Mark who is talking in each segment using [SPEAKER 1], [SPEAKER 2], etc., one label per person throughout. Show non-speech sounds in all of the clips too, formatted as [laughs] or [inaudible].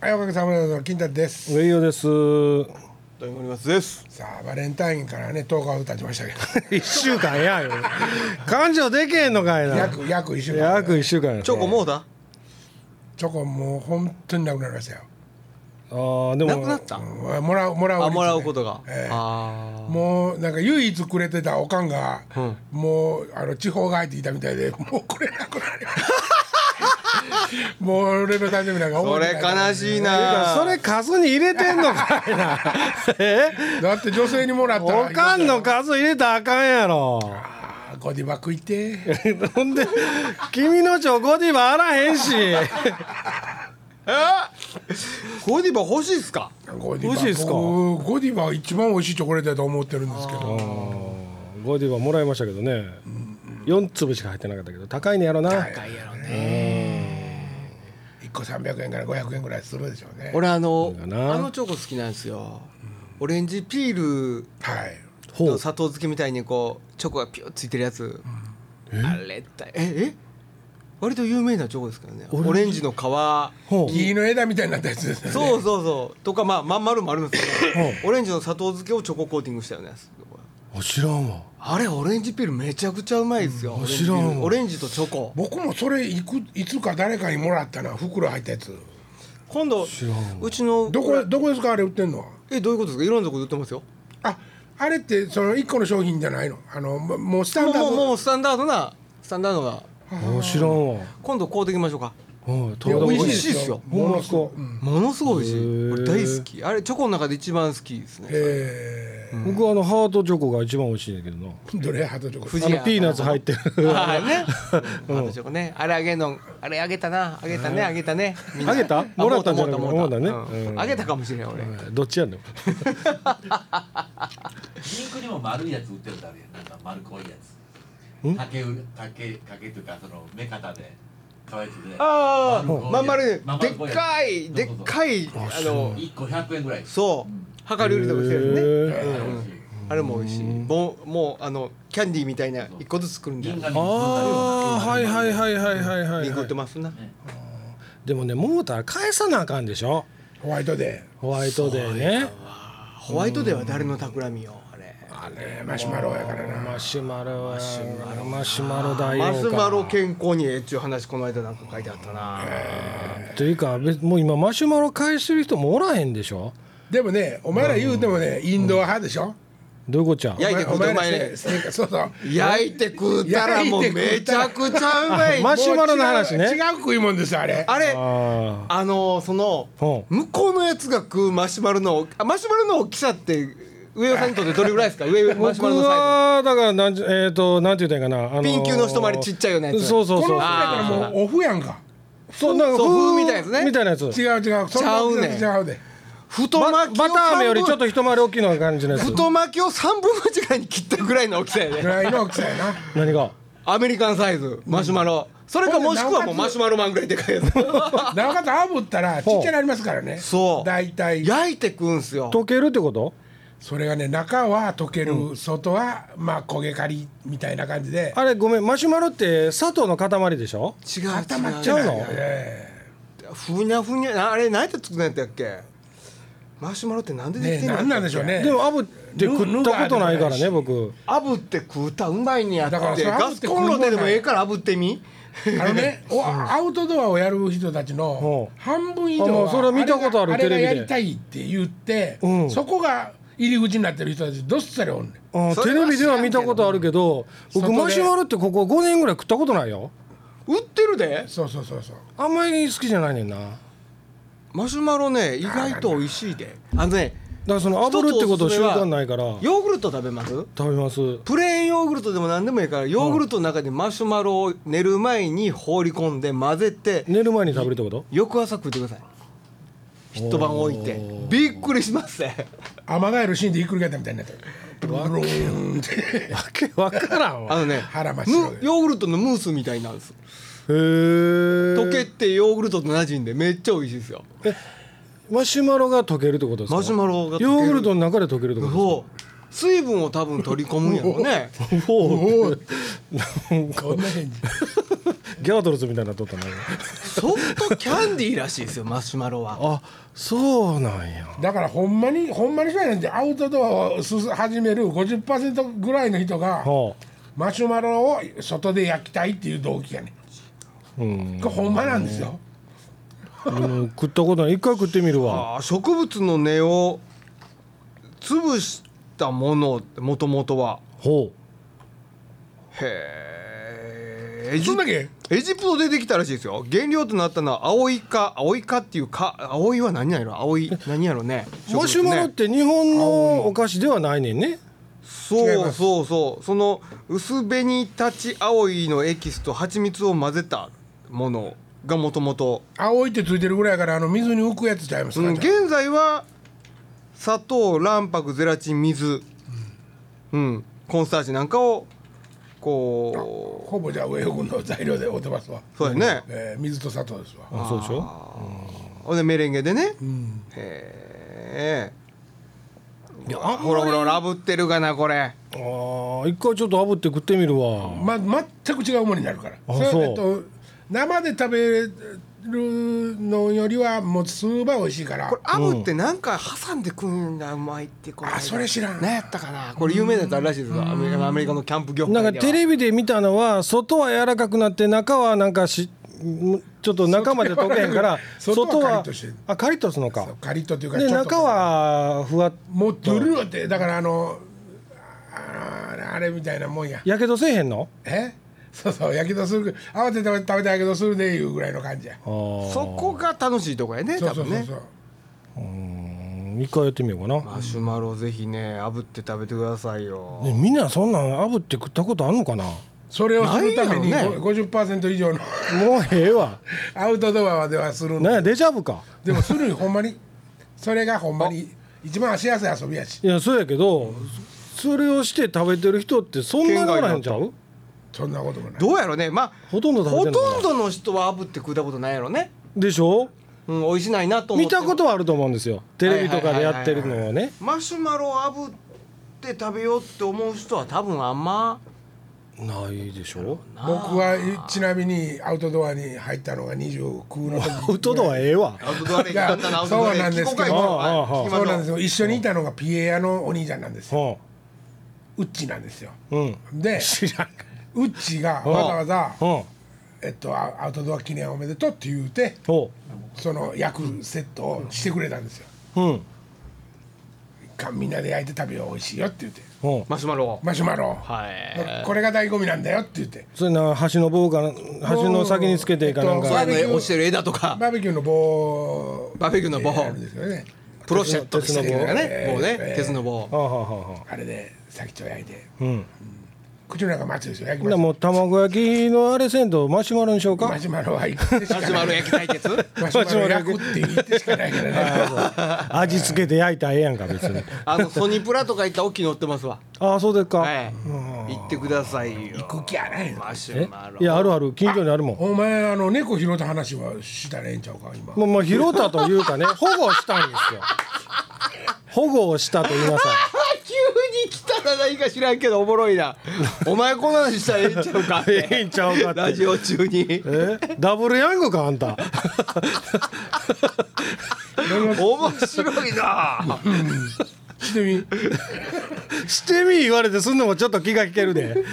[SPEAKER 1] はい、おかげさまで、金達です。
[SPEAKER 2] 上尾です。
[SPEAKER 3] 大森松です。
[SPEAKER 1] さあ、バレンタインからね、10日ほど経ちま
[SPEAKER 2] [laughs]
[SPEAKER 1] したけど。
[SPEAKER 2] [laughs] 一週間やよ。感情でけんのかいな。
[SPEAKER 1] 約、約一週間。
[SPEAKER 2] 約一週間や。
[SPEAKER 3] チョコもうだ。
[SPEAKER 1] チョコもう本当になくなりましたよ。
[SPEAKER 2] ああでも
[SPEAKER 3] なくなった。
[SPEAKER 1] うんもらう、もらう率ね、
[SPEAKER 3] あ、もらうことが。
[SPEAKER 1] ええ
[SPEAKER 3] あ
[SPEAKER 1] もうなんか唯一くれてたおかんが、もうあの地方が入っていたみたいでもうくれなくなりました [laughs] もう俺の誕生日なんか
[SPEAKER 3] あ。そ
[SPEAKER 1] 覚えて
[SPEAKER 3] れ
[SPEAKER 1] ない
[SPEAKER 3] 悲しい
[SPEAKER 2] て
[SPEAKER 3] な
[SPEAKER 2] か。それ数に入れてんのかいな。 [laughs] え？
[SPEAKER 1] だって女性にもらったら
[SPEAKER 2] おかんの数入れたらあかんやろ。
[SPEAKER 1] あーゴディバ食いてー
[SPEAKER 2] ほんで君のチョコディバあらへんし。
[SPEAKER 3] ゴディバ欲しいっすか。
[SPEAKER 1] ゴディバ
[SPEAKER 2] [laughs] 美味しいですか
[SPEAKER 1] 僕ゴディバ一番美味しいチョコレートだと思ってるんですけど
[SPEAKER 2] [laughs] ゴディバもらいましたけどね。四粒しか入ってなかったけど高いねやろな。
[SPEAKER 3] いやろね。
[SPEAKER 1] 1個300円から500円ぐらいするでしょうね
[SPEAKER 3] 俺あの
[SPEAKER 2] そう
[SPEAKER 3] あ
[SPEAKER 2] だな
[SPEAKER 3] のチョコ好きなんですよ。オレンジピール
[SPEAKER 1] はい
[SPEAKER 2] ほ
[SPEAKER 3] の
[SPEAKER 2] う
[SPEAKER 3] 砂糖漬けみたいにこうチョコがピュッついてるやつ。あれだええ？割と有名なチョコですからね。オレンジの皮。
[SPEAKER 2] ほう。
[SPEAKER 1] 木の枝みたいになったやつですよね
[SPEAKER 3] そうそうそう。とかまあまん丸もあるんですけど。オレンジの砂糖漬けをチョココーティングしたよね。
[SPEAKER 2] あ知らんわ。
[SPEAKER 3] あれオレンジピールめちゃくちゃうまいですよ。オレンジピール
[SPEAKER 2] 知らんわ
[SPEAKER 3] オレンジとチョコ。
[SPEAKER 1] 僕もそれいくいつか誰かにもらったな袋入ったやつ
[SPEAKER 3] 今度
[SPEAKER 2] らんわ
[SPEAKER 3] うちの
[SPEAKER 1] どこどこですかあれ売ってんのは
[SPEAKER 3] えどういうことですかいろんなとこで売ってますよ
[SPEAKER 1] ああれってその一個の商品じゃないのあのももうスタ
[SPEAKER 3] も
[SPEAKER 1] ン
[SPEAKER 3] う
[SPEAKER 1] ダード
[SPEAKER 3] もうもうスタンダードなスタンダードな
[SPEAKER 2] あ知らんわ。
[SPEAKER 3] 今度買うてきましょうか
[SPEAKER 2] うん。
[SPEAKER 1] いや
[SPEAKER 2] 友達
[SPEAKER 3] 美味しいっすよ
[SPEAKER 1] ものすご
[SPEAKER 2] ほんまっすか
[SPEAKER 1] い、うん
[SPEAKER 3] ものすごい美味し
[SPEAKER 2] へ
[SPEAKER 3] い
[SPEAKER 2] ー
[SPEAKER 3] 俺大好きあれチョコの中で一番好きですね
[SPEAKER 1] え
[SPEAKER 2] 僕はあのハートチョコが一番美味しいんだけどな。
[SPEAKER 1] ー、どれハートチョコ
[SPEAKER 3] 藤
[SPEAKER 2] あ
[SPEAKER 3] 井
[SPEAKER 2] のピーナッツ入ってる。
[SPEAKER 3] ああ
[SPEAKER 2] [laughs]
[SPEAKER 3] ねあのチョコねあれあげんのあれあげたなあげたねあげたねみんな
[SPEAKER 2] あげたもらったんじゃなくて
[SPEAKER 3] もらった
[SPEAKER 2] もらったね
[SPEAKER 3] う
[SPEAKER 2] うんん
[SPEAKER 3] あげたかもしれん俺
[SPEAKER 2] [laughs] どっちやねん。
[SPEAKER 4] リンクにも丸いやつ売ってるだろなんか丸っこいやつ竹う竹竹というかその目方で可愛くね
[SPEAKER 3] ああ
[SPEAKER 4] 丸っこいやつ
[SPEAKER 3] まんまる
[SPEAKER 4] まんま
[SPEAKER 3] で
[SPEAKER 4] る
[SPEAKER 3] っ
[SPEAKER 4] こやつ
[SPEAKER 3] かい
[SPEAKER 4] そう
[SPEAKER 3] で
[SPEAKER 4] そ
[SPEAKER 3] っ
[SPEAKER 4] うそう
[SPEAKER 3] かいあの
[SPEAKER 4] 一個100円ぐらい
[SPEAKER 3] そう量り売りとかしてるね
[SPEAKER 2] へー
[SPEAKER 4] あれ美味しい
[SPEAKER 3] あれも美味しい。もうもうあのキャンディーみたいな一個ずつ作るんだよ
[SPEAKER 4] 銀。紙
[SPEAKER 2] ああはいはいはいはいはいはい、
[SPEAKER 3] リンゴ売ってますな。
[SPEAKER 2] でもねモーター返さなあかんでしょ
[SPEAKER 1] ホワイトデ
[SPEAKER 2] ホワイトデーね
[SPEAKER 3] ホワイトデーは誰の企みよあれ。
[SPEAKER 1] ー、ね、マシュマロやからな
[SPEAKER 2] マシュマロマシュマロマシュマロ大王か
[SPEAKER 3] マシュマロ健康にええっちゅう話この間なんか書いてあったな。
[SPEAKER 2] というか別もう今マシュマロ返してる人もおらへんでしょ
[SPEAKER 1] でもねお前ら言うてもねインドア派でしょ、
[SPEAKER 2] どういうことちゃ
[SPEAKER 3] いや焼いて食
[SPEAKER 1] お
[SPEAKER 3] うて
[SPEAKER 1] 前
[SPEAKER 3] うまいね
[SPEAKER 1] らせせそうそう
[SPEAKER 3] 焼いて食うたらもうめちゃくちゃうまい。
[SPEAKER 2] マシュマロの話
[SPEAKER 1] 違う
[SPEAKER 2] ね
[SPEAKER 1] 食い物ですよあれ
[SPEAKER 3] あれ
[SPEAKER 2] あ
[SPEAKER 3] あのその
[SPEAKER 2] ほう
[SPEAKER 3] 向こうのやつが食うマシュマロのあマシュマロの大きさって上尾さんにとってどれぐらいですか上尾マシュ
[SPEAKER 2] 僕
[SPEAKER 3] マロのサイズ。
[SPEAKER 2] はだからなんじえっ、となんて言うたんやかな、あのー
[SPEAKER 3] ピン球の一回りちっちゃいようなやつ
[SPEAKER 2] そうそう
[SPEAKER 1] こ
[SPEAKER 2] そ
[SPEAKER 1] の
[SPEAKER 2] う
[SPEAKER 1] 世代からもうオフやんか
[SPEAKER 2] そうなんか
[SPEAKER 3] そう
[SPEAKER 2] 風
[SPEAKER 3] 風みたいなやつね
[SPEAKER 2] みたいなやつ
[SPEAKER 1] 違う違うそん
[SPEAKER 3] ち
[SPEAKER 1] な
[SPEAKER 3] ゃ
[SPEAKER 1] 大
[SPEAKER 3] う
[SPEAKER 1] き
[SPEAKER 3] ね
[SPEAKER 1] さと違うで
[SPEAKER 3] 太
[SPEAKER 2] バ
[SPEAKER 3] 巻きを
[SPEAKER 2] バター飴よりちょっ
[SPEAKER 3] 三分
[SPEAKER 2] と一回り大きいの感じのやつ
[SPEAKER 3] 太巻きを三分の一ぐらいに切ったぐらいの大きさやね
[SPEAKER 1] ぐ。らいの大きさや
[SPEAKER 2] [laughs]
[SPEAKER 1] な
[SPEAKER 2] 何が
[SPEAKER 3] アメリカンサイズマシュマロ、それかもしくはもうマシュマロマンぐらいでかいやつ
[SPEAKER 1] なおかつ炙ったらちっちゃになりますからね
[SPEAKER 3] そう
[SPEAKER 1] 大体
[SPEAKER 3] 焼いてくんすよ
[SPEAKER 2] 溶けるってこと
[SPEAKER 1] それがね中は溶ける、外はまあ焦げカリみたいな感じで
[SPEAKER 2] あれごめんマシュマロって砂糖の塊でしょ
[SPEAKER 3] 違う違う
[SPEAKER 1] 固まっち
[SPEAKER 2] ち
[SPEAKER 1] ゃ
[SPEAKER 2] ゃ
[SPEAKER 1] う
[SPEAKER 2] う
[SPEAKER 1] の
[SPEAKER 2] の
[SPEAKER 3] ふにゃふにゃなあれ何やって作ったんやったっけマシュマロってなんでで
[SPEAKER 1] ね
[SPEAKER 3] きてんの
[SPEAKER 1] 何なんでしょうね
[SPEAKER 2] でも炙って食ったことないからね僕
[SPEAKER 3] 炙って食うたらうまいんやって
[SPEAKER 1] だからそれ炙って
[SPEAKER 3] ガスコンロででもええから炙ってみ
[SPEAKER 1] あの
[SPEAKER 2] [laughs]
[SPEAKER 1] ねおアウトドアをやる人たちの
[SPEAKER 2] うん
[SPEAKER 1] 半分以上
[SPEAKER 2] あ
[SPEAKER 1] は
[SPEAKER 2] もうそれ見たことある
[SPEAKER 1] れが
[SPEAKER 2] テレビで
[SPEAKER 1] あれがやりたいって言って、
[SPEAKER 2] うん
[SPEAKER 1] そこが入り口になってる人たちどっさりおんねん
[SPEAKER 2] あ
[SPEAKER 3] そ
[SPEAKER 2] テ
[SPEAKER 3] れは
[SPEAKER 2] レビでは見たことあるけど僕
[SPEAKER 1] 外で
[SPEAKER 2] マシュマロってここ5年ぐらい食ったことないよ
[SPEAKER 3] 売ってるで
[SPEAKER 1] そうそうそうそう
[SPEAKER 2] あんまり好きじゃないねんなだか
[SPEAKER 3] マシュマロね意外と美味しいであのね
[SPEAKER 2] らその炙るってこと
[SPEAKER 3] 一つ
[SPEAKER 2] 習
[SPEAKER 3] おすすめは
[SPEAKER 2] 慣ないから
[SPEAKER 3] ヨーグルト食べます
[SPEAKER 2] 食べます
[SPEAKER 3] プレーンヨーグルトでも何でもいいからヨーグルトの中でマシュマロを寝る前に放り込んで混ぜて
[SPEAKER 2] 寝る前に食べるってこと
[SPEAKER 3] 翌朝食ってください一晩置いてびっくりしますね
[SPEAKER 1] アマガエル死んでひっくり返ったみたいになってるブローンって
[SPEAKER 2] わけわからんわ
[SPEAKER 3] あのね
[SPEAKER 1] 腹真っ白
[SPEAKER 3] む
[SPEAKER 1] で
[SPEAKER 3] ヨーグルトのムースみたいなんです
[SPEAKER 2] へ
[SPEAKER 3] 溶
[SPEAKER 2] ー
[SPEAKER 3] けてヨーグルトと馴染んでめっちゃ美味しいですよ
[SPEAKER 2] マシュマロが溶けるってことですか
[SPEAKER 3] マシュマロが溶ける
[SPEAKER 2] ヨーグルトの中で溶けるってこと
[SPEAKER 3] そう水分を多分取り込むんやろうね
[SPEAKER 2] おお
[SPEAKER 1] こんな返事
[SPEAKER 2] [laughs] ギャードルズみたいになっとったな
[SPEAKER 3] ソフトキャンディーらしいですよマシュマロ
[SPEAKER 2] [laughs]
[SPEAKER 3] は
[SPEAKER 2] あそうなんや
[SPEAKER 1] だからほんまにほんまにそうやねんでアウトドアを進始める50%ぐらいの人が
[SPEAKER 2] は
[SPEAKER 1] マシュマロを外で焼きたいっていう動機やね
[SPEAKER 2] あうん
[SPEAKER 1] んこれほんまなんですよ
[SPEAKER 2] うん食ったことない一回食ってみるわ
[SPEAKER 3] あー植物の根を潰したものもともとは
[SPEAKER 2] ほ
[SPEAKER 3] へえエジ
[SPEAKER 1] そんだけ
[SPEAKER 3] エジプトでできたらしいですよ原料となったのは青イカ青イカっていうか青いは何やろ青い何やろね
[SPEAKER 2] うマシュマロっ
[SPEAKER 3] 植物ね
[SPEAKER 2] て日本のお菓子ではないねんね
[SPEAKER 1] 違い
[SPEAKER 3] そ
[SPEAKER 1] ま
[SPEAKER 3] う
[SPEAKER 1] す
[SPEAKER 3] そうそうその薄紅たち青いのエキスと蜂蜜を混ぜたものがもともと
[SPEAKER 1] 青いってついてるぐらいやからあの水に浮くやつちゃいますか、
[SPEAKER 3] うん
[SPEAKER 1] じゃあ
[SPEAKER 3] 現在は砂糖卵白ゼラチン水、うんコーンスターチなんかをこ
[SPEAKER 1] ほぼじゃあ上横の材料で合うてますわ
[SPEAKER 3] うそうやね、
[SPEAKER 1] えー、水と砂糖ですわ
[SPEAKER 2] あそうでしょ
[SPEAKER 3] ほんでメレンゲでね、
[SPEAKER 1] うん
[SPEAKER 3] へえほらほらラブってるがなこれ
[SPEAKER 2] あー一回ちょっと炙って食ってみるわ
[SPEAKER 1] ま、全く違うものになるから
[SPEAKER 2] あ
[SPEAKER 1] れ
[SPEAKER 2] そう
[SPEAKER 1] えっと、生で食べるのよりはもう数倍美味しいから
[SPEAKER 3] これアブってなんか挟んでくんがうまいってこれ
[SPEAKER 1] あそれ知らん
[SPEAKER 3] 何やったかなこれ有名なやつあるらしいですよアメリカアメリカのキャンプ業界で
[SPEAKER 2] な
[SPEAKER 3] は
[SPEAKER 2] んかテレビで見たのは外は柔らかくなって中はなんかしんちょっと中まで溶けへんから
[SPEAKER 1] 外
[SPEAKER 2] 外
[SPEAKER 1] はカリッ
[SPEAKER 2] は
[SPEAKER 1] としてる
[SPEAKER 2] あカリッとするのか
[SPEAKER 1] カリッとっていうか
[SPEAKER 2] で
[SPEAKER 1] ちょっと
[SPEAKER 2] 中はふわっ
[SPEAKER 1] もうドゥルーってだからあのあーあれみたいなもんや
[SPEAKER 2] やけどせえへんの
[SPEAKER 1] えそうそうやけどする慌てて食べてやけどするでいうぐらいの感じや
[SPEAKER 2] あー
[SPEAKER 3] そこが楽しいとこやね
[SPEAKER 1] そ
[SPEAKER 3] 多
[SPEAKER 1] うそう
[SPEAKER 3] 分
[SPEAKER 1] そう
[SPEAKER 3] ね
[SPEAKER 1] そう
[SPEAKER 2] うん一回やってみようかな、
[SPEAKER 3] マシュマロぜひね炙って食べてくださいよ
[SPEAKER 2] ねみんなそんなん炙って食ったことあんのかなも
[SPEAKER 1] それをするために
[SPEAKER 3] ないやろね
[SPEAKER 1] 50%以上の [laughs]
[SPEAKER 2] うええわ
[SPEAKER 1] アウトドアではする
[SPEAKER 2] なん
[SPEAKER 1] の
[SPEAKER 2] やデジャブか
[SPEAKER 1] でもするにほんまにそれがほんまに一番足やすい遊びやし
[SPEAKER 2] いやそうやけどそれをして食べてる人ってそんなにおらへんちゃう
[SPEAKER 1] そんなこともない
[SPEAKER 3] どうやろねまあ
[SPEAKER 2] ほとんど食べ
[SPEAKER 3] ほ
[SPEAKER 2] てんのかな
[SPEAKER 3] とんどの人は炙って食ったことないやろね
[SPEAKER 2] でしょ
[SPEAKER 3] うん美味しないなと思っ
[SPEAKER 2] 見
[SPEAKER 3] て
[SPEAKER 2] たことはあると思うんですよテレビとかでやってるのはね
[SPEAKER 3] マシュマロを炙って食べようって思う人は多分あんま
[SPEAKER 2] ないでしょ
[SPEAKER 1] 僕はちなみにアウトドアに入ったのが29の時
[SPEAKER 2] アウトドアええわ
[SPEAKER 3] アウトドアレ
[SPEAKER 1] いや
[SPEAKER 3] 簡単なアウトドア
[SPEAKER 1] そ
[SPEAKER 3] レ
[SPEAKER 1] うなんですけど
[SPEAKER 3] 聞こうか今のはい
[SPEAKER 2] ああああ
[SPEAKER 3] 聞きましょ
[SPEAKER 1] そう
[SPEAKER 3] う
[SPEAKER 1] なんですよ一緒にいたのがピエアのお兄ちゃんなんですよ
[SPEAKER 2] は
[SPEAKER 1] ウッチなんですよ
[SPEAKER 2] あうん
[SPEAKER 1] で
[SPEAKER 2] 知らん
[SPEAKER 1] ウッチがわざわざ、
[SPEAKER 2] は
[SPEAKER 1] えっと、アアウトドア記念おめでとうって言うて
[SPEAKER 2] あほ
[SPEAKER 1] その焼くセットをしてくれたんですよ
[SPEAKER 2] ううん
[SPEAKER 1] かみんなで焼いて食べよう美味しいよって言って
[SPEAKER 2] ほう
[SPEAKER 3] マシュマロを
[SPEAKER 1] マシュマロ、
[SPEAKER 3] はい
[SPEAKER 1] これが醍醐味なんだよって言って
[SPEAKER 2] それな橋の棒かな橋の先につけていかなん
[SPEAKER 1] そう
[SPEAKER 2] か
[SPEAKER 1] バーベキュー
[SPEAKER 3] そうやね落ちてる枝とか
[SPEAKER 1] バーベキューの棒
[SPEAKER 3] バーベキューの棒
[SPEAKER 1] あるんですよね
[SPEAKER 3] プロシェットしたりとか
[SPEAKER 1] 鉄の
[SPEAKER 3] ね
[SPEAKER 1] 棒
[SPEAKER 3] 棒
[SPEAKER 1] え
[SPEAKER 3] ね
[SPEAKER 1] え
[SPEAKER 3] 鉄の棒
[SPEAKER 2] はあはあはあはあ
[SPEAKER 1] あれで先っちょ焼いて
[SPEAKER 2] うん
[SPEAKER 1] 口の中待つですよ焼き
[SPEAKER 2] ほん
[SPEAKER 1] ま
[SPEAKER 2] な
[SPEAKER 1] す
[SPEAKER 2] らもう卵焼きのあれせんとマシュマロにしようか
[SPEAKER 1] マシュマロは行ってし
[SPEAKER 3] マ
[SPEAKER 1] か
[SPEAKER 3] シュ
[SPEAKER 1] な
[SPEAKER 3] マ
[SPEAKER 1] い
[SPEAKER 3] ロ焼き対決
[SPEAKER 1] マシュマロ焼くって言ってしかないからね
[SPEAKER 2] 味付けて焼いたらええやんか別に
[SPEAKER 3] あのソニプラとか行ったら大きいの売ってますわ
[SPEAKER 2] ああそうですか
[SPEAKER 3] はい行ってくださいよ
[SPEAKER 1] 行く気あらへん
[SPEAKER 3] マシ
[SPEAKER 2] え
[SPEAKER 3] ュマロ
[SPEAKER 2] いやあるある近所にあるもん
[SPEAKER 1] お前あの猫拾った話はしたらええんちゃうか今
[SPEAKER 2] もうもう拾ったというかね保護したんですよ保護をしたと言いなさ
[SPEAKER 3] 急に来たら何か知らんけどおもろいなお前こんな話したらええんちゃうかっ
[SPEAKER 2] い
[SPEAKER 3] て
[SPEAKER 2] ええんちゃうかっ
[SPEAKER 3] ラ
[SPEAKER 2] て
[SPEAKER 3] ジオ中に
[SPEAKER 2] えダブルヤングかあんた [laughs]
[SPEAKER 3] 面白いな
[SPEAKER 1] してみ
[SPEAKER 2] してみ言われてすんのもちょっと気が引けるで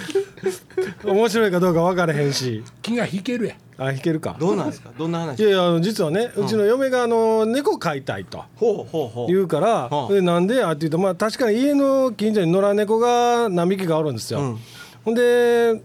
[SPEAKER 2] 面白いかどうか分からへんし
[SPEAKER 1] 気が引けるや
[SPEAKER 2] あ引けるか
[SPEAKER 3] どうなんですかどんない話
[SPEAKER 2] やいやあの実はねうちの嫁があの猫飼いたいと
[SPEAKER 3] ほうほうほう
[SPEAKER 2] 言うから
[SPEAKER 3] はあ
[SPEAKER 2] でなんでやって言うとまあ確かに家の近所に野良猫が何匹かおるんですよ、
[SPEAKER 3] うん
[SPEAKER 2] ほんで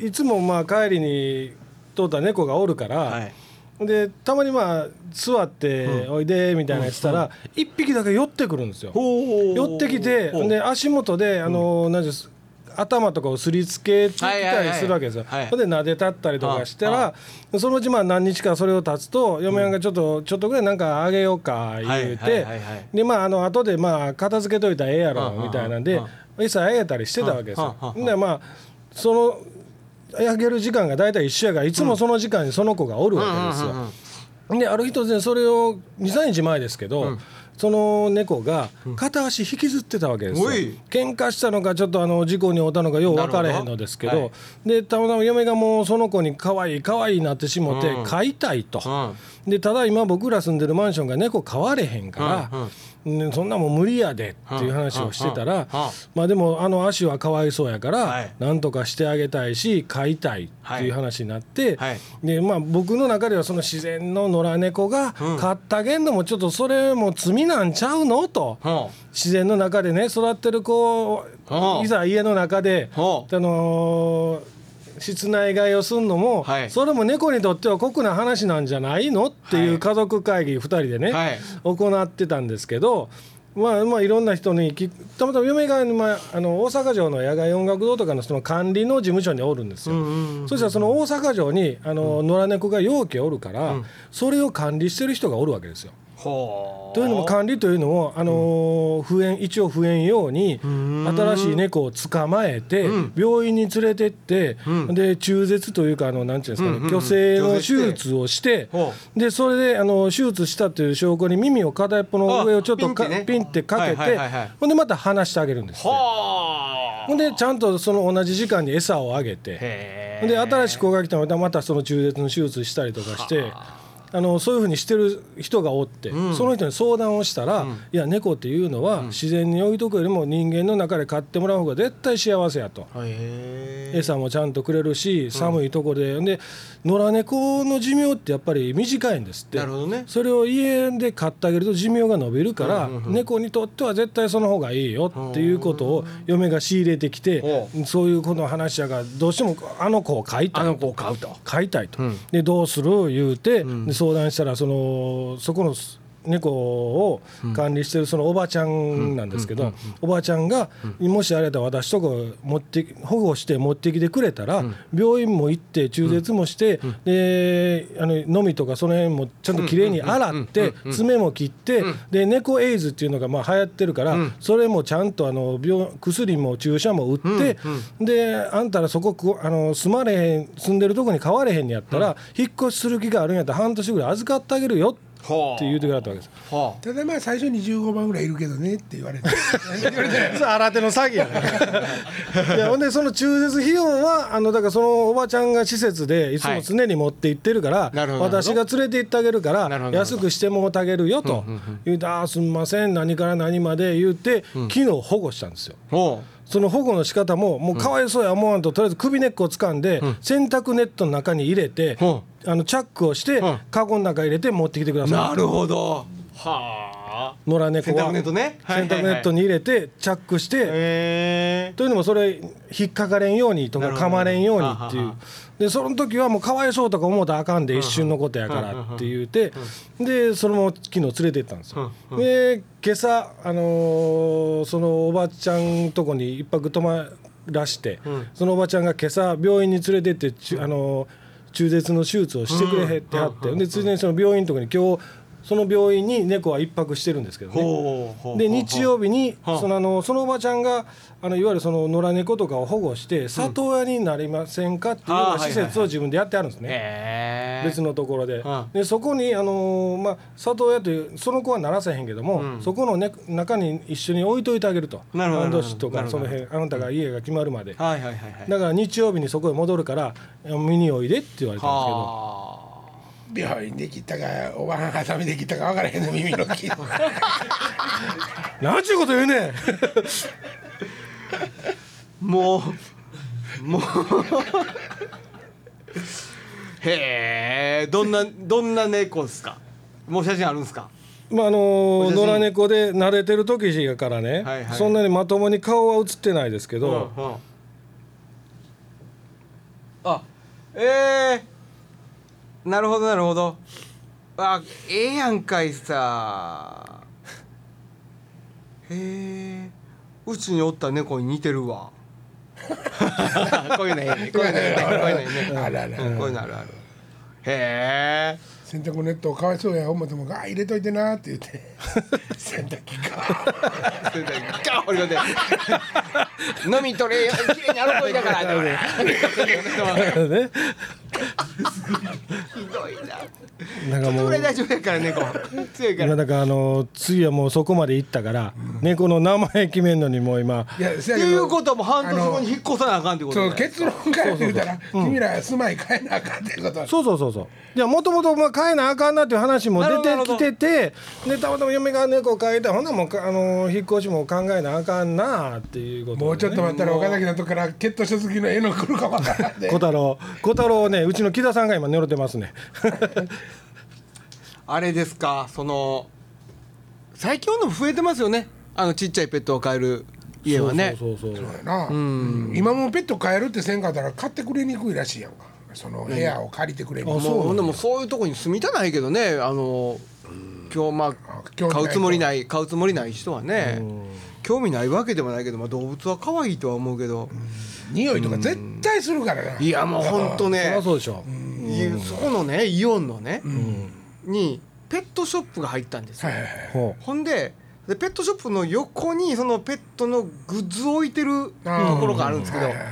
[SPEAKER 2] いつもまあ帰りに通った猫がおるから、
[SPEAKER 3] はい
[SPEAKER 2] でたまにまあ座って「おいで」みたいなやつしたら一匹だけ寄ってくるんですよ。
[SPEAKER 3] ほう
[SPEAKER 2] 寄ってきて
[SPEAKER 3] ほう
[SPEAKER 2] で足元であの何です頭とかをすりつけてき
[SPEAKER 3] はいは
[SPEAKER 2] た
[SPEAKER 3] い
[SPEAKER 2] り
[SPEAKER 3] はい
[SPEAKER 2] するわけですよ。
[SPEAKER 3] はい
[SPEAKER 2] ほんで撫で立ったりとかした
[SPEAKER 3] は
[SPEAKER 2] らそのうちまあ何日かそれを経つと嫁はんがちょっとちょっとぐらいなんかあげようか言う
[SPEAKER 3] は
[SPEAKER 2] て
[SPEAKER 3] いはいはいはい
[SPEAKER 2] でまああの後でまあ片付けといたらええやろみたいなんで
[SPEAKER 3] はあは
[SPEAKER 2] 餌あげたりしてたわけです
[SPEAKER 3] は
[SPEAKER 2] よ。
[SPEAKER 3] あはあはあ
[SPEAKER 2] でまあそのあげる時間が大体一緒やからいつもその時間にその子がおるわけですよ。である日突然それを23日前ですけど、その猫が片足引きずってたわけですよ、
[SPEAKER 3] おい
[SPEAKER 2] 喧嘩したのかちょっとあの事故に遭ったのかよう分かれへんのですけど
[SPEAKER 3] なるほ
[SPEAKER 2] でたまたま嫁がもうその子に可愛い可愛いなってしもて
[SPEAKER 3] うん
[SPEAKER 2] 飼いたいと、
[SPEAKER 3] うん
[SPEAKER 2] でただ今僕ら住んでるマンションが猫飼われへんから、ねそんなもん無理やでっていう話をしてたら、
[SPEAKER 3] うんうんうん
[SPEAKER 2] まあでもあの足はかわいそうやから、
[SPEAKER 3] はい
[SPEAKER 2] なんとかしてあげたいし飼いたいっていう話になって、
[SPEAKER 3] はいはい
[SPEAKER 2] でまあ、僕の中ではその自然の野良猫が
[SPEAKER 3] うん
[SPEAKER 2] 飼ってあげんのもちょっとそれも罪なんちゃうのと。
[SPEAKER 3] は
[SPEAKER 2] 自然の中でね育ってる子を
[SPEAKER 3] はあ
[SPEAKER 2] いざ家の中で、
[SPEAKER 3] はあ
[SPEAKER 2] あのー室内飼いをするのも、
[SPEAKER 3] はい
[SPEAKER 2] それも猫にとっては酷な話なんじゃないのってい
[SPEAKER 3] は
[SPEAKER 2] う
[SPEAKER 3] い
[SPEAKER 2] 家族会議2人でね、
[SPEAKER 3] はい
[SPEAKER 2] 行ってたんですけど。まあまあ、いろんな人に聞たまたま嫁が、まあ、あの大阪城の野外音楽堂とかのその管理の事務所におるんですよ、そしたらその大阪城にあの、野良猫が養家おるから、それを管理してる人がおるわけですよ。
[SPEAKER 3] ほう
[SPEAKER 2] というのも管理というのも、あのー不縁一応不縁用に新しい猫を捕まえて、病院に連れてって、で中絶というかあのなんていうんですかね、
[SPEAKER 3] うんうん
[SPEAKER 2] 虚勢の
[SPEAKER 3] 虚勢
[SPEAKER 2] 手
[SPEAKER 3] して
[SPEAKER 2] 術をして
[SPEAKER 3] ほ
[SPEAKER 2] でそれであの手術したという証拠に耳を片一方の上をちょっと
[SPEAKER 3] あ
[SPEAKER 2] か
[SPEAKER 3] ピンってね
[SPEAKER 2] ピンってかけ
[SPEAKER 3] はいはい
[SPEAKER 2] て
[SPEAKER 3] はいはい
[SPEAKER 2] ほんでまた離してあげるんですって
[SPEAKER 3] は
[SPEAKER 2] ほんでちゃんとその同じ時間に餌をあげて。
[SPEAKER 3] へ
[SPEAKER 2] で新しい子が来たらまたまたその中絶の手術したりとかして。あのそういうふうにしてる人がおって、その人に相談をしたら、いや猫っていうのは自然に置いとくよりも人間の中で飼ってもらう方が絶対幸せやと、
[SPEAKER 3] へ
[SPEAKER 2] 餌もちゃんとくれるし寒いとこで、で野良猫の寿命ってやっぱり短いんですって
[SPEAKER 3] なるほどね
[SPEAKER 2] それを家で飼ってあげると寿命が伸びるから、猫にとっては絶対その方がいいよっていうことを嫁が仕入れてきて
[SPEAKER 3] ほ
[SPEAKER 2] そういうこの話やからどうしてもあの子を飼いたい
[SPEAKER 3] あの子を飼うと
[SPEAKER 2] 飼いたいと、でどうする言うて、で相談したらそのそこの猫を管理してるそのおばちゃんなんですけど、おばちゃんが、もしあれだったら私とこ持って保護して持ってきてくれたら、病院も行って中絶もして、であの飲みとかその辺もちゃんときれいに洗って爪も切って、で猫エイズっていうのがまあ流行ってるから、それもちゃんとあの病薬も注射も打って、であんたらそここあの住まれへん住んでるとこに買われへんにやったら、引っ越しする気があるんやったら半年ぐらい預かってあげるよ
[SPEAKER 3] はあ
[SPEAKER 2] って言うてくれたわけです。
[SPEAKER 3] は
[SPEAKER 1] ただまあ最初に15番ぐらいいるけどねって言われて [laughs] 言われて
[SPEAKER 2] [laughs] それ新手の詐欺や
[SPEAKER 3] [laughs]
[SPEAKER 2] ねいやほんでその中絶費用はあのだからそのおばちゃんが施設でいつも常に持って行ってるから、
[SPEAKER 3] なるほどなるほ
[SPEAKER 2] 私
[SPEAKER 3] ど
[SPEAKER 2] が連れて行ってあげるから
[SPEAKER 3] なるほどなるほど
[SPEAKER 2] 安くしてもうてあげるよと言うて「ああすんません何から何まで」言うて昨日保護したんですよ。
[SPEAKER 3] ほ
[SPEAKER 2] その保護の仕方ももうかわいそうや思わんと、とりあえず首根っこを掴んで、洗濯ネットの中に入れて、
[SPEAKER 3] うん
[SPEAKER 2] あのチャックをして、
[SPEAKER 3] うん
[SPEAKER 2] カゴの中に入れて持ってきてくだ
[SPEAKER 3] う
[SPEAKER 2] さ
[SPEAKER 3] なるほどはあ
[SPEAKER 2] い野良猫
[SPEAKER 3] 洗
[SPEAKER 2] は
[SPEAKER 3] 濯ネットね
[SPEAKER 2] 洗濯ネット
[SPEAKER 3] に
[SPEAKER 2] に入れてチャックして、
[SPEAKER 3] へえ
[SPEAKER 2] というのもそれ引っかかれんようにとか
[SPEAKER 3] なるほど
[SPEAKER 2] 噛まれんようにってい
[SPEAKER 3] は
[SPEAKER 2] う
[SPEAKER 3] はは
[SPEAKER 2] でその時はもうかわいそうとか思うたらあかんで一瞬のことやからって言うてでそのまま昨日連れて行ったんですよで今朝あのーそのおばちゃんとこに一泊泊まらしてそのおばちゃんが今朝病院に連れてってちゅあのー中絶の手術をしてくれへってはってでついでにその病院のとこに今日その病院に猫は一泊してるんですけどね
[SPEAKER 3] ほうほう
[SPEAKER 2] で日曜日に
[SPEAKER 3] はあ
[SPEAKER 2] そのあのそのおばちゃんがあのいわゆるその野良猫とかを保護して里親になりませんかっていうよう
[SPEAKER 3] あ
[SPEAKER 2] な
[SPEAKER 3] ー
[SPEAKER 2] 施
[SPEAKER 3] はいはい
[SPEAKER 2] 設
[SPEAKER 3] は
[SPEAKER 2] を
[SPEAKER 3] い
[SPEAKER 2] 自分でやってあるんですね
[SPEAKER 3] へえ
[SPEAKER 2] 別のところで
[SPEAKER 3] は
[SPEAKER 2] でそこにあのーまあ里親というその子はならせへんけどもそこのね中に一緒に置いといてあげると
[SPEAKER 3] なるほど
[SPEAKER 2] 半年と
[SPEAKER 3] な
[SPEAKER 2] か
[SPEAKER 3] る
[SPEAKER 2] そ
[SPEAKER 3] ほ
[SPEAKER 2] の
[SPEAKER 3] ど
[SPEAKER 2] 辺あなたが家が決まるまで
[SPEAKER 3] はいはいはいはい
[SPEAKER 2] だから日曜日にそこへ戻るから見においでって言われたんですけど。
[SPEAKER 3] は
[SPEAKER 1] 病院で切ったかおばはん挟みで切ったか分からへんの耳の [laughs] 切
[SPEAKER 2] なんちゅうこと言うねん
[SPEAKER 3] あもう
[SPEAKER 2] [laughs]
[SPEAKER 3] もうへえどんなどんな猫ですかもう写真あるんですか
[SPEAKER 2] まああの
[SPEAKER 3] お
[SPEAKER 2] ー
[SPEAKER 3] 写真
[SPEAKER 2] 野良猫で慣れてる時やからね、
[SPEAKER 3] はいはい
[SPEAKER 2] そんなにまともに顔は映ってないですけど、
[SPEAKER 3] んうんあえー、なるほどなるほどあええやんかいさへえうちにおった猫に似てるわ [laughs] こういうのええね [laughs] こういうのええねこういうのええね
[SPEAKER 1] あらあら
[SPEAKER 3] こういうのあるあるへえ
[SPEAKER 1] 洗濯ネットかわいそうや思っても「あ入れといてな」って言って [laughs] 洗濯機か
[SPEAKER 3] それでガッ折り込んで [laughs] 飲み取れよ綺麗に洗っといたから [laughs]
[SPEAKER 2] ね
[SPEAKER 3] ひどいな。
[SPEAKER 2] なんか
[SPEAKER 3] ちょっ
[SPEAKER 2] も
[SPEAKER 3] とぐ
[SPEAKER 2] う
[SPEAKER 3] らい大丈夫やから猫強いか
[SPEAKER 2] 今
[SPEAKER 3] ら
[SPEAKER 2] だからあの次はもうそこまで行ったから猫の名前決めんのにもう今
[SPEAKER 1] いや、せ
[SPEAKER 3] っ
[SPEAKER 1] やけど
[SPEAKER 3] ていうことはもう半年後に引っ越さなあかんってこと
[SPEAKER 1] そ
[SPEAKER 3] ね
[SPEAKER 1] う結論から言うたら君ら住まい変えなあかんってことは
[SPEAKER 2] そうそうそうそういやもともと変えなあかんなっていう話も出てきててでたまたま嫁が猫を変えてほんならもうかあの引っ越しも考えなあかんなあっていうことでね、
[SPEAKER 1] もうちょっと待ったら岡崎のとこから決闘した時の絵の来るかわからんで
[SPEAKER 2] 小太郎小太郎ねうちの木田さんが今寝ろてますね
[SPEAKER 3] あれですかその最近の増えてますよねあのちっちゃいペットを飼える家はね
[SPEAKER 2] [laughs] そうそうそうそう
[SPEAKER 1] なあ今もペット飼えるってせんかったら買ってくれにくいらしいやんかその部屋を借りてくれにくい
[SPEAKER 3] もうでもそういうとこに住みたないけどねあの今日まあ
[SPEAKER 1] 興味ない
[SPEAKER 3] 買うつもりない買うつもりない人はね興味ないわけでもないけど、まあ、動物は可愛いとは思うけど
[SPEAKER 1] 匂いとか絶対するからない
[SPEAKER 3] やもう本
[SPEAKER 2] そ
[SPEAKER 3] 当
[SPEAKER 2] り
[SPEAKER 3] ね
[SPEAKER 2] ゃそうでしょ、
[SPEAKER 3] いやそこのねイオンのねにペットショップが入ったんですよ
[SPEAKER 1] はいはいはい
[SPEAKER 2] ほ
[SPEAKER 3] ほんででペットショップの横にそのペットのグッズを置いてるところがあるんですけど
[SPEAKER 1] はいはい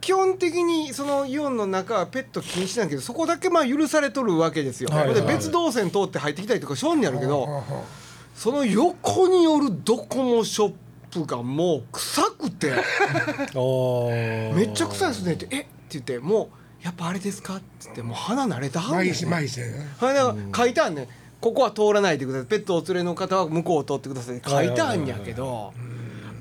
[SPEAKER 3] 基本的にそのイオンの中はペット禁止なんだけどそこだけまあ許されとるわけですよ。
[SPEAKER 2] はいはい
[SPEAKER 3] で別動線通って入ってきたりとかしょんにあるけ
[SPEAKER 1] ほう
[SPEAKER 3] ど
[SPEAKER 1] ほう
[SPEAKER 3] その横によるドコモショップがもう臭くて
[SPEAKER 2] [laughs] うおー
[SPEAKER 3] めっちゃ臭いですねって「えっ?」て言って「もうやっぱあれですか?」って言って「もう鼻慣れたはん
[SPEAKER 1] 麻
[SPEAKER 3] ねん
[SPEAKER 1] 痺し麻痺してるね
[SPEAKER 3] はい、だから書いてあんねんここは通らないでくださいペットをお連れの方は向こうを通ってください書いてあんやけど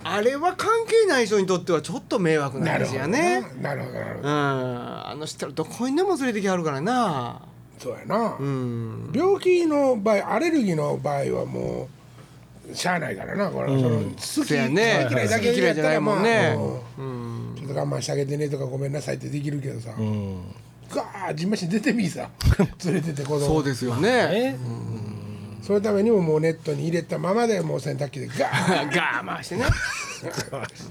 [SPEAKER 3] あれは関係ない人にとってはちょっと迷惑な
[SPEAKER 1] なる
[SPEAKER 3] 話
[SPEAKER 1] ほど
[SPEAKER 3] や
[SPEAKER 1] な
[SPEAKER 3] ね
[SPEAKER 1] なるほどなるほ
[SPEAKER 3] うん
[SPEAKER 1] ど
[SPEAKER 3] あの人らどこにでも連れてきはるからな
[SPEAKER 1] そうやな
[SPEAKER 3] うん
[SPEAKER 1] 病気の場合アレルギーの場合はもうしゃあないからなこれ、その好き
[SPEAKER 3] そやね
[SPEAKER 1] 嫌いだけ
[SPEAKER 3] 好き嫌いじゃないもんね
[SPEAKER 1] やったらまあうんちょっと我慢してあげてねとかごめんなさいってできるけどさ、ガー自慢して出てみい
[SPEAKER 3] [laughs]
[SPEAKER 1] さ連れてって子供
[SPEAKER 3] そうですよ
[SPEAKER 2] え
[SPEAKER 3] ね
[SPEAKER 1] そのためにももうネットに入れたままでもう洗濯機でガー
[SPEAKER 3] [laughs] ガー回してね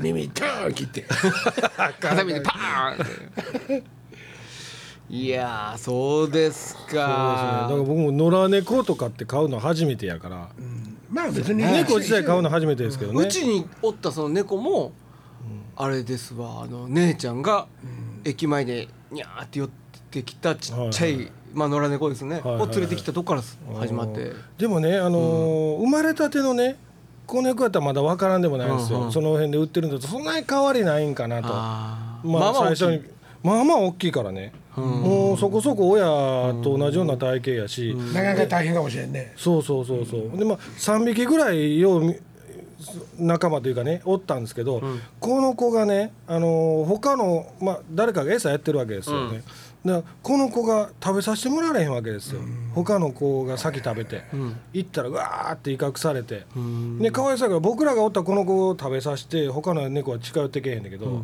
[SPEAKER 1] 耳トーン切
[SPEAKER 3] [laughs]
[SPEAKER 1] って
[SPEAKER 3] 片目でパーン [laughs] っていやーそうです
[SPEAKER 2] だ
[SPEAKER 3] か
[SPEAKER 2] から僕も野良猫とかって買うの初めてやから、
[SPEAKER 1] まあ別に
[SPEAKER 2] 猫自体買うの初めてですけどね
[SPEAKER 3] うちにおったその猫も、あれですわあの姉ちゃんが駅前でにゃーって寄ってきたちっちゃい、
[SPEAKER 2] はい
[SPEAKER 3] まあ野良猫ですね、
[SPEAKER 2] いはいはい
[SPEAKER 3] を連れてきたとこから始まって
[SPEAKER 2] でもね、あのー生まれたてのね子猫やったらまだ分からんでもないんですよ、
[SPEAKER 3] うんうん
[SPEAKER 2] その辺で売ってるんだとそんなに変わりないんかなと
[SPEAKER 3] あー
[SPEAKER 2] ま
[SPEAKER 3] ま
[SPEAKER 2] あ
[SPEAKER 3] あまあ
[SPEAKER 2] 最初にまあまあ大きいからね、もうそこそこ親と同じような体型やし、
[SPEAKER 1] なかなか大変かもしれんね
[SPEAKER 2] そうそうそうそう、でまあ3匹ぐらいようみ仲間というかねおったんですけど、この子がね、あのー他の、まあ、誰かが餌やってるわけですよね、だからこの子が食べさせてもらえへんわけですよ、他の子が先食べて、行ったらわーって威嚇されて、でかわいそうやから僕らがおったらこの子を食べさせて他の猫は近寄ってけへんねんけど。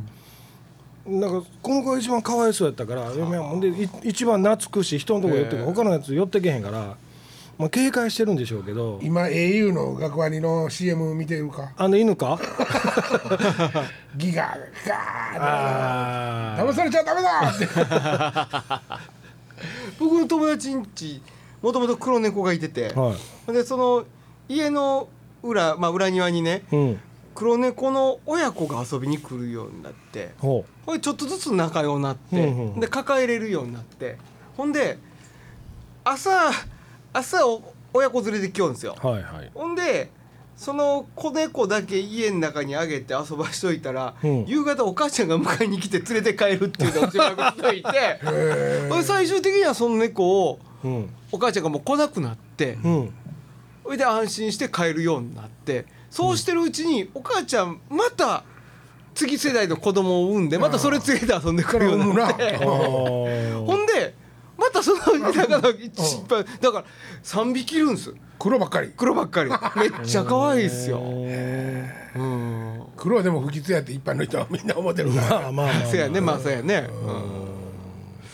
[SPEAKER 2] なんかこの子が一番かわいそうやったから嫁はほんでい一番懐くし人のとこ寄ってく他のやつ寄ってけへんから、まあ、警戒してるんでしょうけど
[SPEAKER 1] 今 au の学割の CM 見てるか
[SPEAKER 2] あの犬 [laughs] か
[SPEAKER 1] ギガガー
[SPEAKER 2] あ
[SPEAKER 1] 騙されちゃダメだって
[SPEAKER 3] 僕の友達んちもともと黒猫がいてて、
[SPEAKER 2] は
[SPEAKER 3] でその家の裏、まあ、裏庭にね
[SPEAKER 2] い、うん、
[SPEAKER 3] 黒猫の親子が遊びに来るようになって。
[SPEAKER 2] ほ
[SPEAKER 3] ほいでちょっとずつ仲良くなって、
[SPEAKER 2] うんうん
[SPEAKER 3] で抱えれるようになってほんで朝朝お親子連れてきようんですよ
[SPEAKER 2] うはいはい
[SPEAKER 3] ほんでその子猫だけ家の中にあげて遊ばしといたら、
[SPEAKER 2] うん
[SPEAKER 3] 夕方お母ちゃんが迎えに来て連れて帰るっていうのをしばしとい
[SPEAKER 2] [laughs]
[SPEAKER 3] てほいで最終的にはその猫を
[SPEAKER 2] うん
[SPEAKER 3] お母ちゃんがもう来なくなって
[SPEAKER 2] うん
[SPEAKER 3] それで安心して帰るようになってそうしてるうちにお母ちゃんまた次世代の子供を産んでまたそれ連れて遊んでくるようになって
[SPEAKER 1] う
[SPEAKER 2] あ
[SPEAKER 1] ん
[SPEAKER 2] ー
[SPEAKER 3] ほんでまたその中の失敗だから3匹いるんです
[SPEAKER 1] 黒ばっかり
[SPEAKER 3] 黒ばっかりめっちゃ可愛いですよ。うん
[SPEAKER 1] 黒はでも不吉やって一般の人はみんな思ってるから、
[SPEAKER 2] まあまあまあ、まあ
[SPEAKER 3] せやねまあせやね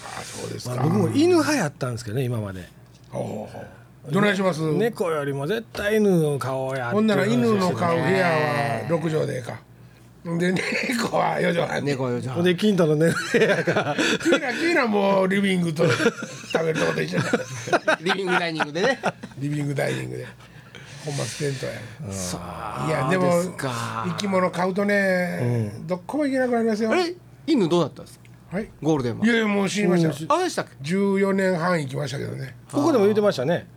[SPEAKER 1] あそうです
[SPEAKER 2] ま
[SPEAKER 1] か、
[SPEAKER 2] あ僕も犬派やったんですけどね今まで
[SPEAKER 1] おうおうおうどないします、
[SPEAKER 2] 猫よりも絶対犬の顔やって
[SPEAKER 1] ほんなら犬の
[SPEAKER 2] 顔
[SPEAKER 1] 飼う部屋は6畳でええかで猫は4畳
[SPEAKER 3] う
[SPEAKER 1] 半
[SPEAKER 3] ん
[SPEAKER 1] で
[SPEAKER 3] 猫よじゃん
[SPEAKER 2] で金太のね [laughs]
[SPEAKER 1] キーラキーラもうリビングと食べるとこと一緒だ
[SPEAKER 3] [laughs] リビングダイニングでね
[SPEAKER 1] リビングダイニングでほんまステントや
[SPEAKER 3] そう
[SPEAKER 1] いやで
[SPEAKER 3] で
[SPEAKER 1] も
[SPEAKER 3] すか
[SPEAKER 1] 生き物飼うとね、どっこも行けなくなりますよ
[SPEAKER 3] あれ犬どうだったんですか
[SPEAKER 1] えはい
[SPEAKER 3] ゴールデンはい
[SPEAKER 1] やいやもう死にましたよ
[SPEAKER 2] うん
[SPEAKER 3] あでしたっけ
[SPEAKER 1] 14年半行きましたけどね
[SPEAKER 2] ここでも言ってましたね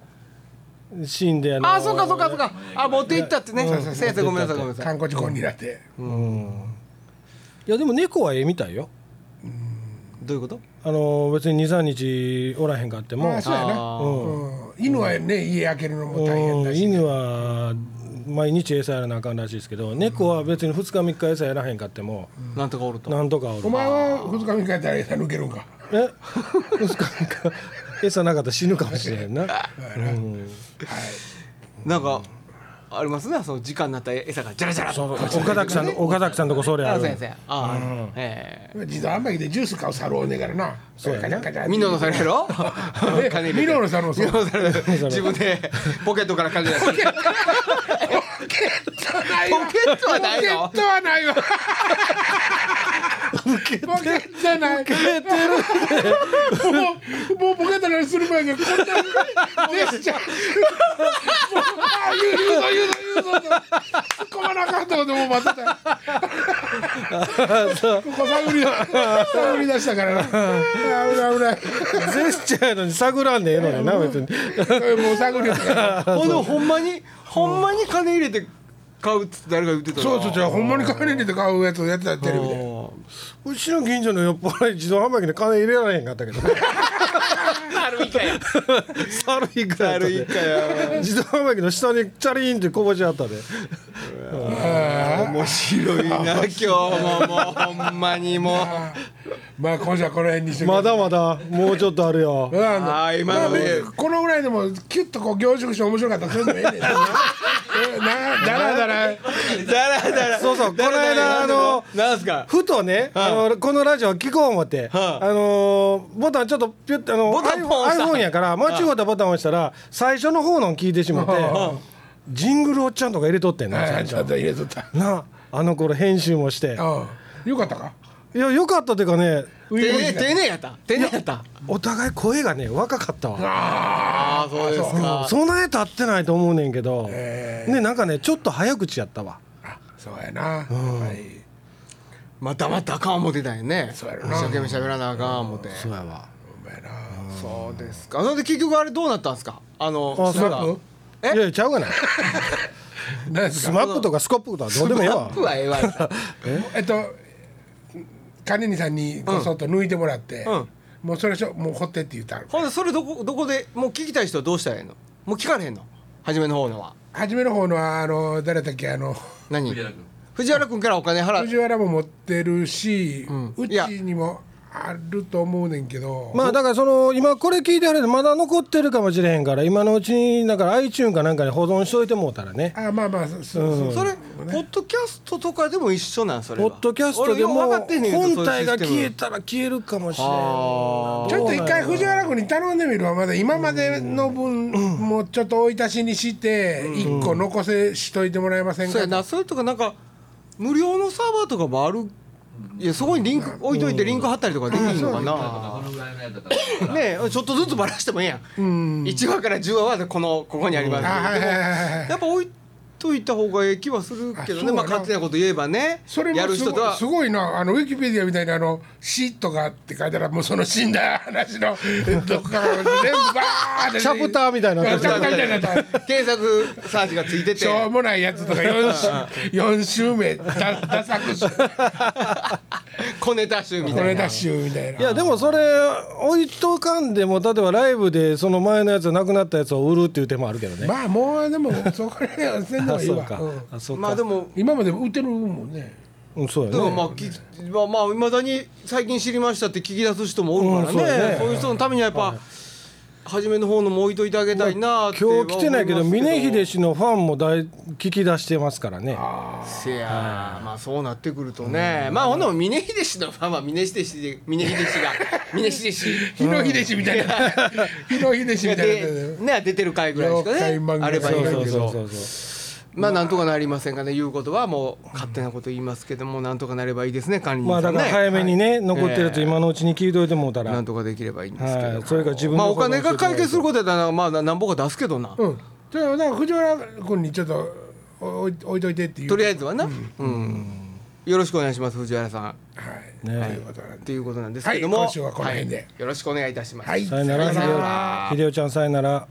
[SPEAKER 2] シーンであの
[SPEAKER 3] あそうかそうかそうかあ持って行ったってね
[SPEAKER 1] そうそう
[SPEAKER 3] 先生ごめんなさいごめんなさい
[SPEAKER 1] 観光地婚になって、
[SPEAKER 2] いやでも猫はええみたいよ
[SPEAKER 3] どういうこと
[SPEAKER 2] あの別に23日おらへんかっても
[SPEAKER 1] まあそうやな、
[SPEAKER 3] あ
[SPEAKER 2] うん
[SPEAKER 1] うん、犬はね家開けるのも大変
[SPEAKER 2] う
[SPEAKER 1] だ
[SPEAKER 2] ん
[SPEAKER 1] し、
[SPEAKER 2] 犬は毎日餌やらなあかんらしいですけど猫は別に2日3日餌やらへんかっても
[SPEAKER 3] なんとかおると
[SPEAKER 2] なんとかおる
[SPEAKER 1] お前は2日目帰ったら餌抜けるんか
[SPEAKER 2] え2日3日餌なかったら死ぬかもしれへんな
[SPEAKER 3] なんかありますねその時間になったら餌がジャラジャラ
[SPEAKER 2] そう岡崎さん [laughs] の岡崎さんのとこそれあ
[SPEAKER 3] あ
[SPEAKER 2] る
[SPEAKER 3] 先生あーえ
[SPEAKER 1] 自動販売機でジュース買う猿おんねえからなそうやな
[SPEAKER 3] えミノのされやろ金入れて
[SPEAKER 1] ミノの猿もそう
[SPEAKER 3] ミノの猿自分でポケットから金出してポケッ
[SPEAKER 1] ポケットないわ
[SPEAKER 3] トは
[SPEAKER 1] ポ
[SPEAKER 3] な
[SPEAKER 1] ケットはな
[SPEAKER 3] いの
[SPEAKER 1] いわポケットないもうもうポケットなりする前にこんなジェスチャーもうあ言う言うぞ言うぞ言うぞ突っ込まなあかんと思ってもう待ってたここ探り探り出したからな危ない危
[SPEAKER 2] ジェスチャーやのに探らんでええのにな別に
[SPEAKER 1] ないもう探り出した [laughs] から
[SPEAKER 3] ほんでほんまにほんまに金入れて買うっつって誰が言ってたな
[SPEAKER 1] そうそうじゃあほんまに金入れて買うやつやってたテレビで
[SPEAKER 2] うちの近所の酔っ払い自動販売機で金入れられへんかったけ [laughs] ど
[SPEAKER 3] 猿以下や
[SPEAKER 2] 猿いくらい
[SPEAKER 3] 猿以下や
[SPEAKER 2] 自動販売機の下にチャリーンってこぼしあったで
[SPEAKER 3] 面白いな今日ももうほんまにもう
[SPEAKER 1] [laughs] まあ今週はこの辺にしてくれ
[SPEAKER 2] まだまだもうちょっとあるよ
[SPEAKER 1] うん
[SPEAKER 3] あー今
[SPEAKER 1] ま
[SPEAKER 3] の
[SPEAKER 1] あ別にこのぐらいでもキュッとこう凝縮して面白かったらそれでもええねんえなだらだら
[SPEAKER 3] だらだら
[SPEAKER 2] そうそう
[SPEAKER 3] だらだら
[SPEAKER 2] この間あの
[SPEAKER 3] なんすか
[SPEAKER 2] ふとね、あのこのラジオ聞こう思って、
[SPEAKER 3] は
[SPEAKER 2] あのーボタンちょっとピュッてあの
[SPEAKER 3] ボタンポン押した
[SPEAKER 2] iPhone やから間違ったボタン押したら最初の方の聞いてしまってジングルおっちゃんとか入れとってんな、
[SPEAKER 1] あーちょっと入れとった
[SPEAKER 2] なああの頃編集もして
[SPEAKER 1] うんよかったか
[SPEAKER 2] いやよかったっていうかね
[SPEAKER 1] 初
[SPEAKER 3] 丁
[SPEAKER 1] 々
[SPEAKER 3] 寧
[SPEAKER 1] しかっ
[SPEAKER 3] 丁寧やった丁寧やった
[SPEAKER 2] お互い声がね若かったわ
[SPEAKER 3] ああそうですか
[SPEAKER 2] 備え立ってないと思うねんけど、
[SPEAKER 1] へ
[SPEAKER 2] ねなんかねちょっと早口やったわ
[SPEAKER 1] たあそうやなはい
[SPEAKER 3] またまたあかん思ってたんやね
[SPEAKER 1] そうやろ
[SPEAKER 3] 一
[SPEAKER 1] な
[SPEAKER 3] 生懸命喋らなあかん思って
[SPEAKER 2] そうやわ
[SPEAKER 1] お前な
[SPEAKER 3] そうですかそれで結局あれどうなったんですかあの
[SPEAKER 2] あ
[SPEAKER 3] なんか
[SPEAKER 1] スナップ
[SPEAKER 2] いやいやちゃうがない
[SPEAKER 1] 何です
[SPEAKER 2] ス
[SPEAKER 1] か
[SPEAKER 2] マップとかスコップとかどうでもええわ
[SPEAKER 3] スナップはええわ [laughs]
[SPEAKER 1] えっと金にさんにこそっと抜いてもらって
[SPEAKER 3] うん
[SPEAKER 1] もうそれしょもう掘ってって言ったの
[SPEAKER 3] ほんでそれどこどこでもう聞きたい人はどうしたらええのもう聞かれへんの初めの方のは
[SPEAKER 1] 初めの方のあの誰だっけあの
[SPEAKER 3] 何
[SPEAKER 4] 藤原君
[SPEAKER 3] 藤原君からお金払う
[SPEAKER 1] 藤原も持ってるし
[SPEAKER 3] ん
[SPEAKER 1] う
[SPEAKER 3] いや
[SPEAKER 1] ちにもあると思うねんけど
[SPEAKER 2] まあだからその今これ聞いてはるのまだ残ってるかもしれへんから今のうちにだから iTune かなんかに保存しといてもうたらね
[SPEAKER 1] あまあまあそそうそう
[SPEAKER 3] それ、ポッドキャストとかでも一緒なんそれ
[SPEAKER 2] ポ
[SPEAKER 3] は
[SPEAKER 2] ッドキャストでも
[SPEAKER 3] 俺よう分かってんねんけど
[SPEAKER 2] 本体が
[SPEAKER 3] そういうシ
[SPEAKER 2] 消え
[SPEAKER 3] ステム
[SPEAKER 2] たら消えるかもしれん
[SPEAKER 3] あ
[SPEAKER 1] ちょっと一回藤原君に頼んでみるわまだ今までの分もうちょっと追い足しにして一個残せしといてもらえません
[SPEAKER 3] そう
[SPEAKER 1] か
[SPEAKER 3] やなそれとかなんか無料のサーバーとかもあるいやそこにリンク置いといてリンク貼ったりとかできるのか
[SPEAKER 4] こ
[SPEAKER 3] な
[SPEAKER 4] のぐらいのやつだったら
[SPEAKER 3] ねえちょっとずつばらしてもいいやん1話から10話はこのここにあります
[SPEAKER 1] あはいはいはいはい
[SPEAKER 3] やっぱ置いといた方がええ気はするけど
[SPEAKER 1] あそう
[SPEAKER 3] ね
[SPEAKER 1] やな
[SPEAKER 3] まあ勝手なこと言えばね
[SPEAKER 1] それ
[SPEAKER 3] や
[SPEAKER 1] も
[SPEAKER 3] る
[SPEAKER 1] す
[SPEAKER 3] 人と
[SPEAKER 1] ごい
[SPEAKER 3] は
[SPEAKER 1] すごいなあのウィキペディアみたいにあの「死」とかって書いたらもうその死んだ話のどっか全部バーって
[SPEAKER 2] チャプターみたいになって
[SPEAKER 1] チ
[SPEAKER 2] る
[SPEAKER 1] ャプターみたいになった
[SPEAKER 3] 検索サーチがついてて
[SPEAKER 1] しょうもないやつとか4週四週目だダサくし
[SPEAKER 3] 小ネタ集み
[SPEAKER 1] こ
[SPEAKER 3] た
[SPEAKER 1] れ
[SPEAKER 3] いな
[SPEAKER 1] だしゅみたいない
[SPEAKER 2] やでもそれ置いとかんでも例えばライブでその前のやつなくなったやつを売るっていう手もあるけどね、
[SPEAKER 1] まあもうでもそこら辺はせんで
[SPEAKER 2] [laughs] あ
[SPEAKER 1] もいい
[SPEAKER 2] そう
[SPEAKER 1] わ
[SPEAKER 2] か、
[SPEAKER 1] うん
[SPEAKER 2] あそうか
[SPEAKER 3] まあでも
[SPEAKER 1] 今まで売ってるもんね
[SPEAKER 2] うんそうや
[SPEAKER 3] だから
[SPEAKER 2] ね
[SPEAKER 3] まあ、きまあまあいまだに最近知りましたって聞き出す人もおる
[SPEAKER 2] う
[SPEAKER 3] からね,、
[SPEAKER 2] んそうやね
[SPEAKER 3] そういう人のためにはやっぱ、初めの方のも置いといてあげたいなって
[SPEAKER 2] 今日来てないけど
[SPEAKER 3] は思ます
[SPEAKER 2] 峰秀氏のファンも大聞き出してますからね
[SPEAKER 3] せやまあそうなってくるとね、まあほんなも峰秀氏のファンは峰秀氏で峰秀氏
[SPEAKER 2] [laughs]
[SPEAKER 3] が峰秀氏
[SPEAKER 1] 日野秀氏みたいな日野秀氏
[SPEAKER 3] が
[SPEAKER 1] みたい
[SPEAKER 3] で
[SPEAKER 1] な
[SPEAKER 3] ね出てる回ぐらいしか
[SPEAKER 1] 妖怪漫
[SPEAKER 3] ね
[SPEAKER 1] 画
[SPEAKER 3] あればい
[SPEAKER 2] そ
[SPEAKER 3] いん
[SPEAKER 2] う
[SPEAKER 3] だ
[SPEAKER 2] そ
[SPEAKER 3] け
[SPEAKER 2] う
[SPEAKER 3] ど
[SPEAKER 2] そうそう
[SPEAKER 3] まあなんとかなりませんかねいうことはもう勝手なこと言いますけどもなんとかなればいいですね管理人
[SPEAKER 2] まあだ
[SPEAKER 3] さんね、
[SPEAKER 2] から早めにね、残ってるやつ
[SPEAKER 3] ええ
[SPEAKER 2] 今のうちに聞いといてもうたら、
[SPEAKER 3] なんとかできればいいんですけど、
[SPEAKER 2] はいそれが自分の
[SPEAKER 3] まあお
[SPEAKER 2] こと
[SPEAKER 3] 金が解決することやったらまあななんぼか出すけどな、
[SPEAKER 1] うんじゃあなんか藤原君にちょっとお置い置いといてっていう
[SPEAKER 3] とりあえずはな、うんよろしくお願いします藤原さん
[SPEAKER 1] はい
[SPEAKER 2] ね
[SPEAKER 1] ということなんで
[SPEAKER 3] っていうことなんですけども、
[SPEAKER 1] はい今週はこの辺で
[SPEAKER 3] いよろしくお願いいたします。
[SPEAKER 1] はい
[SPEAKER 2] さよなら
[SPEAKER 3] さよなら
[SPEAKER 2] 秀夫秀夫ちゃんさよなら